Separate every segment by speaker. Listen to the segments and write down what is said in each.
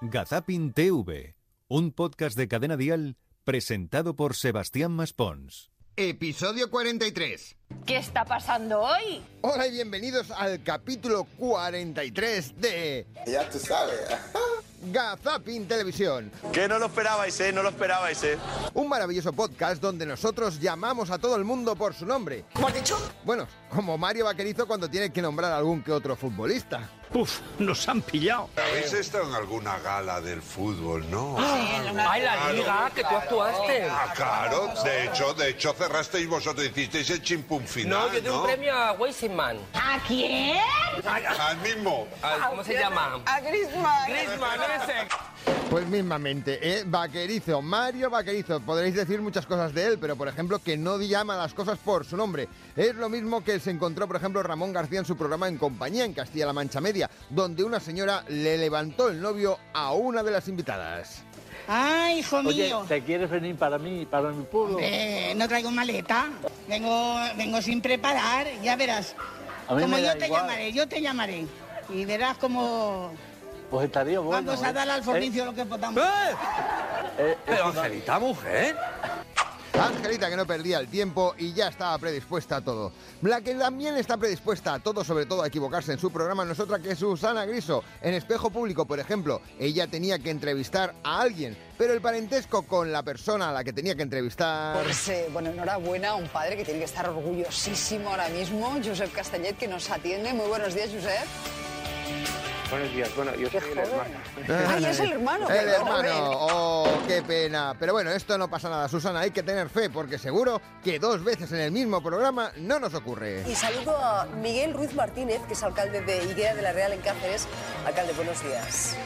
Speaker 1: Gazapin TV, un podcast de cadena dial presentado por Sebastián Maspons.
Speaker 2: Episodio 43.
Speaker 3: ¿Qué está pasando hoy?
Speaker 2: Hola y bienvenidos al capítulo 43 de
Speaker 4: Ya tú sabes. ¿eh?
Speaker 2: Gazapin Televisión,
Speaker 4: Que no lo esperabais, ¿eh? No lo esperabais, ¿eh?
Speaker 2: un maravilloso podcast donde nosotros llamamos a todo el mundo por su nombre. ¿Cómo Bueno, como Mario Vaquerizo cuando tiene que nombrar algún que otro futbolista.
Speaker 5: Uf, nos han pillado.
Speaker 6: Habéis estado en alguna gala del fútbol, ¿no?
Speaker 7: Ay, la liga, que tú actuaste.
Speaker 6: Ah, claro. De hecho, de hecho cerrasteis vosotros, hicisteis el chimpum final,
Speaker 7: No, yo di
Speaker 6: ¿no?
Speaker 7: un premio a Wasting Man.
Speaker 3: ¿A quién?
Speaker 6: Al mismo.
Speaker 7: Al- ¿Cómo se llama?
Speaker 8: A Griezmann.
Speaker 7: Griezmann, ese.
Speaker 2: Pues mismamente, ¿eh? Vaquerizo, Mario Vaquerizo. Podréis decir muchas cosas de él, pero por ejemplo que no llama las cosas por su nombre. Es lo mismo que se encontró, por ejemplo, Ramón García en su programa En Compañía, en Castilla-La Mancha Media, donde una señora le levantó el novio a una de las invitadas.
Speaker 9: Ah, hijo mío.
Speaker 10: ¿te quieres venir para mí, para mi pueblo?
Speaker 9: Eh, no traigo maleta. Vengo, vengo sin preparar, ya verás.
Speaker 10: A mí
Speaker 9: Como
Speaker 10: me
Speaker 9: yo
Speaker 10: da
Speaker 9: te
Speaker 10: igual.
Speaker 9: llamaré, yo te llamaré. Y verás cómo
Speaker 10: Pues estaría bueno.
Speaker 9: vamos a
Speaker 10: ¿eh?
Speaker 9: dar al fornicio lo que podamos.
Speaker 10: Eh, eh,
Speaker 7: Pero Angelita, mujer.
Speaker 2: Angelita que no perdía el tiempo y ya estaba predispuesta a todo. La que también está predispuesta a todo, sobre todo a equivocarse en su programa, no es otra que Susana Griso. En Espejo Público, por ejemplo, ella tenía que entrevistar a alguien, pero el parentesco con la persona a la que tenía que entrevistar...
Speaker 8: Pues eh, bueno, enhorabuena a un padre que tiene que estar orgullosísimo ahora mismo, Josep Castellet, que nos atiende. Muy buenos días, Josep.
Speaker 10: Buenos días, bueno, yo soy el hermano.
Speaker 8: Ay,
Speaker 10: eh,
Speaker 8: es el hermano.
Speaker 2: El
Speaker 8: perdón,
Speaker 2: hermano,
Speaker 8: eh.
Speaker 2: oh, qué pena. Pero bueno, esto no pasa nada, Susana, hay que tener fe, porque seguro que dos veces en el mismo programa no nos ocurre.
Speaker 11: Y saludo a Miguel Ruiz Martínez, que es alcalde de Higuera de la Real en Cáceres. Alcalde, buenos días.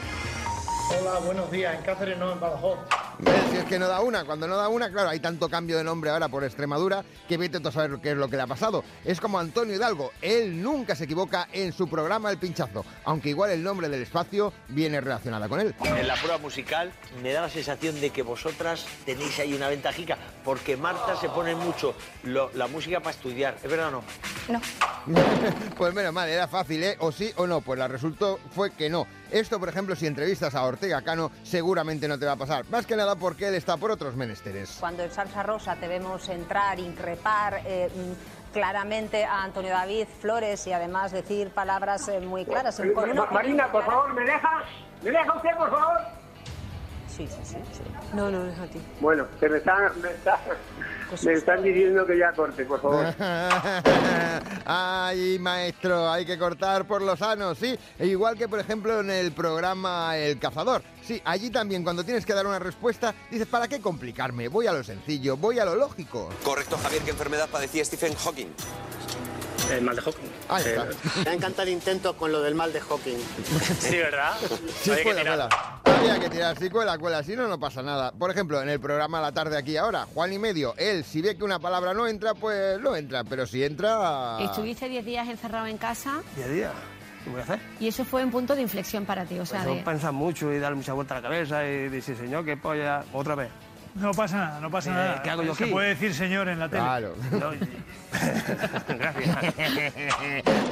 Speaker 10: Hola, buenos días. En Cáceres no, en Badajoz.
Speaker 2: ¿Ves? Si es que no da una, cuando no da una, claro, hay tanto cambio de nombre ahora por Extremadura que vete tú a saber qué es lo que le ha pasado. Es como Antonio Hidalgo, él nunca se equivoca en su programa El Pinchazo, aunque igual el nombre del espacio viene relacionada con él.
Speaker 10: En la prueba musical me da la sensación de que vosotras tenéis ahí una ventajica, porque Marta se pone mucho lo- la música para estudiar. ¿Es verdad o no?
Speaker 2: pues menos mal, era fácil, ¿eh? O sí o no, pues la resultó fue que no. Esto, por ejemplo, si entrevistas a Ortega Cano, seguramente no te va a pasar. Más que nada porque él está por otros menesteres.
Speaker 3: Cuando en Salsa Rosa te vemos entrar, increpar eh, mm, claramente a Antonio David Flores y además decir palabras eh, muy claras. Con una-
Speaker 10: ¿me deja? ¿Me deja usted, por favor?
Speaker 3: Sí, sí, sí. sí. No, no, es a ti.
Speaker 10: Bueno, se me están, me están, me están diciendo que ya corte, por favor.
Speaker 2: Ay, maestro, hay que cortar por lo sano, sí. E Igual que, por ejemplo, en el programa El Cazador. Sí, allí también cuando tienes que dar una respuesta, dices, ¿para qué complicarme? Voy a lo sencillo, voy a lo lógico.
Speaker 4: Correcto, Javier, ¿qué enfermedad padecía Stephen Hawking?
Speaker 10: El mal de Hawking.
Speaker 2: Ahí está.
Speaker 10: Me encanta el intento con lo del mal de Hawking. Sí, ¿verdad?
Speaker 2: Sí, cuela, cuela. Había que tirar, sí, cuela, cuela, si no, no pasa nada. Por ejemplo, en el programa La Tarde aquí ahora, Juan y medio, él, si ve que una palabra no entra, pues no entra, pero si entra...
Speaker 3: 10 días encerrado en casa
Speaker 10: Día a día. ¿Qué voy a hacer?
Speaker 3: y eso fue un punto de inflexión para ti. O
Speaker 10: Pues no pensar mucho y dar mucha vuelta a la cabeza y decir, señor, qué polla, otra vez.
Speaker 9: No pasa nada, no pasa
Speaker 10: Eh, nada. ¿qué hago yo Se aquí? puede
Speaker 9: decir señor en la
Speaker 2: Claro.
Speaker 10: No, y- Gracias.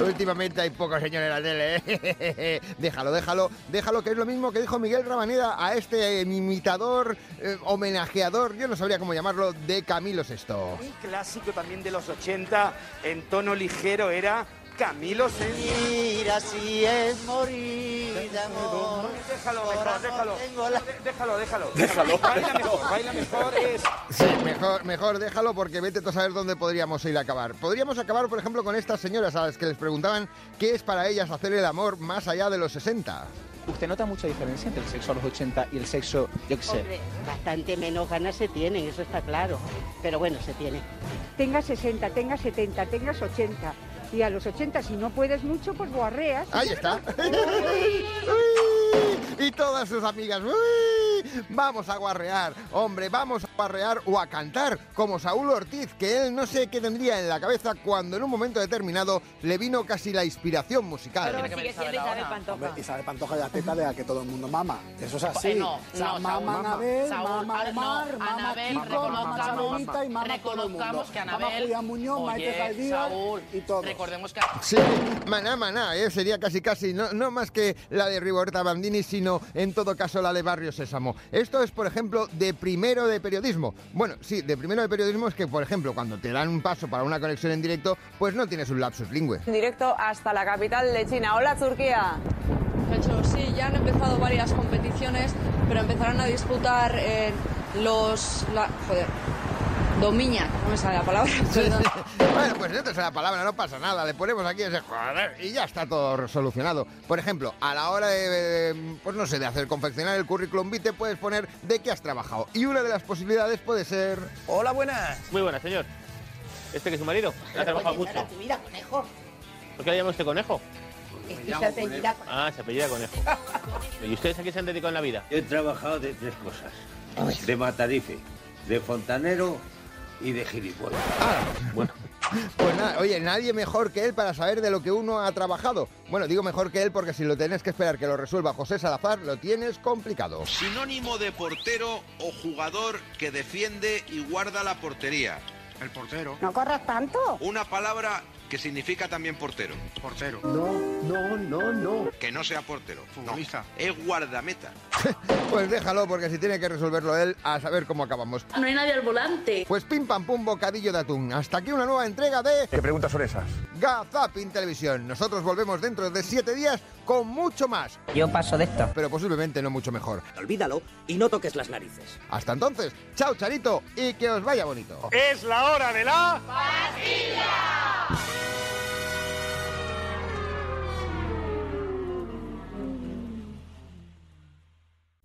Speaker 2: Últimamente hay pocos señores en la tele. ¿eh? déjalo, déjalo, déjalo, que es lo mismo que dijo Miguel Rabaneda a este eh, imitador, eh, homenajeador, yo no sabría cómo llamarlo, de Camilo VI.
Speaker 10: Un clásico también de los 80, en tono ligero, era Camilo Sesto.
Speaker 7: Mira si es morir de amor.
Speaker 10: Déjalo, mejor, déjalo. De- Déjalo, déjalo. Déjalo. Baila mejor, baila mejor. eh. Es...
Speaker 2: Sí, mejor, mejor déjalo porque vete tú a saber dónde podríamos ir a acabar. Podríamos acabar, por ejemplo, con estas señoras a las que les preguntaban qué es para ellas hacer el amor más allá de los 60.
Speaker 10: ¿Usted nota mucha diferencia entre el sexo a los 80 y el sexo, yo qué sé?
Speaker 9: Bastante menos ganas se tienen, eso está claro. Pero bueno, se tiene.
Speaker 3: Tengas 60, tengas 70, tengas 80. Y a los 80, si no puedes mucho, pues guarreas.
Speaker 2: Ahí está. Uy, y todas sus amigas. uy, Vamos a guarrear, hombre, vamos a... parrear o a cantar, como Saúl Ortiz, que él no sé qué tendría en la cabeza cuando en un momento determinado le vino casi la inspiración musical.
Speaker 12: Pero sigue siendo Isabel Pantoja.
Speaker 13: Hombre, Isabel Pantoja es la teta de la que todo el mundo mama. Eso es así.
Speaker 12: Eh, Ah. no,
Speaker 13: O sea,
Speaker 12: no,
Speaker 13: mama
Speaker 12: Saúl,
Speaker 13: Anabel,
Speaker 12: Saúl,
Speaker 13: mama
Speaker 12: ah, no,
Speaker 13: Omar, mama
Speaker 12: Anabel,
Speaker 13: Kiko, mama
Speaker 12: reconozcamos-
Speaker 13: Chabelita y mama todo el mundo.
Speaker 12: reconozcamos que
Speaker 13: Mama
Speaker 12: Anabel-
Speaker 13: Julián Muñoz, Maite
Speaker 12: Oye,
Speaker 13: Zaldívar
Speaker 12: Saúl,
Speaker 13: y todos.
Speaker 12: Recordemos que
Speaker 2: Sí, maná, maná, ¿eh? sería casi casi, no, no más que la de Rigoberta Bandini, sino en todo caso la de Barrio Sésamo. Esto es, por ejemplo, de primero de periodismo. Bueno, sí, de primero de periodismo es que, por ejemplo, cuando te dan un paso para una conexión en directo, pues no tienes un lapsus lingüe.
Speaker 14: En directo hasta la capital de China. Hola, Turquía.
Speaker 15: sí, ya han empezado varias competiciones, pero empezarán a disputar eh, los... la- joder, Domiña, no me sale la palabra. perdón.
Speaker 2: bueno, pues no te sale la palabra, no pasa nada. Le ponemos aquí ese joder y ya está todo solucionado. Por ejemplo, a la hora de, eh, pues no sé, de hacer confeccionar el currículum vitae, puedes poner de qué has trabajado. Y una de las posibilidades puede ser...
Speaker 16: Hola, buenas. Muy buenas, señor. Este que es su marido, ha trabajado mucho.
Speaker 9: tu vida, conejo.
Speaker 16: ¿Por qué le llama usted conejo?
Speaker 9: Es que se hace vida,
Speaker 16: Ah, se apellida conejo. ¿Y ustedes a qué se han dedicado en la vida?
Speaker 17: Yo he trabajado de tres cosas. De matarife, de fontanero y de gilipollas. Bueno,
Speaker 2: Pues nada, oye, nadie mejor que él para saber de lo que uno ha trabajado. Bueno, digo mejor que él porque si lo tenés que esperar que lo resuelva José Salazar, lo tienes complicado.
Speaker 18: Sinónimo de portero o jugador que defiende y guarda la portería. El portero.
Speaker 19: No corras tanto.
Speaker 18: Una palabra que significa también portero. Portero.
Speaker 19: No, no, no, no.
Speaker 18: Que no sea portero. Futbolista. Es guardameta.
Speaker 2: Pues déjalo porque si tiene que resolverlo él, a saber cómo acabamos.
Speaker 19: No hay nadie al volante.
Speaker 2: Pues pim pam pum, bocadillo de atún. Hasta aquí una nueva entrega de
Speaker 20: ¿Qué preguntas son esas?
Speaker 2: Gazapin Televisión. Nosotros volvemos dentro de siete días con mucho más.
Speaker 21: Yo paso de esto.
Speaker 2: Pero posiblemente no mucho mejor.
Speaker 21: Olvídalo y no toques las narices.
Speaker 2: Hasta entonces, chao Charito y que os vaya bonito.
Speaker 21: Es la hora de la...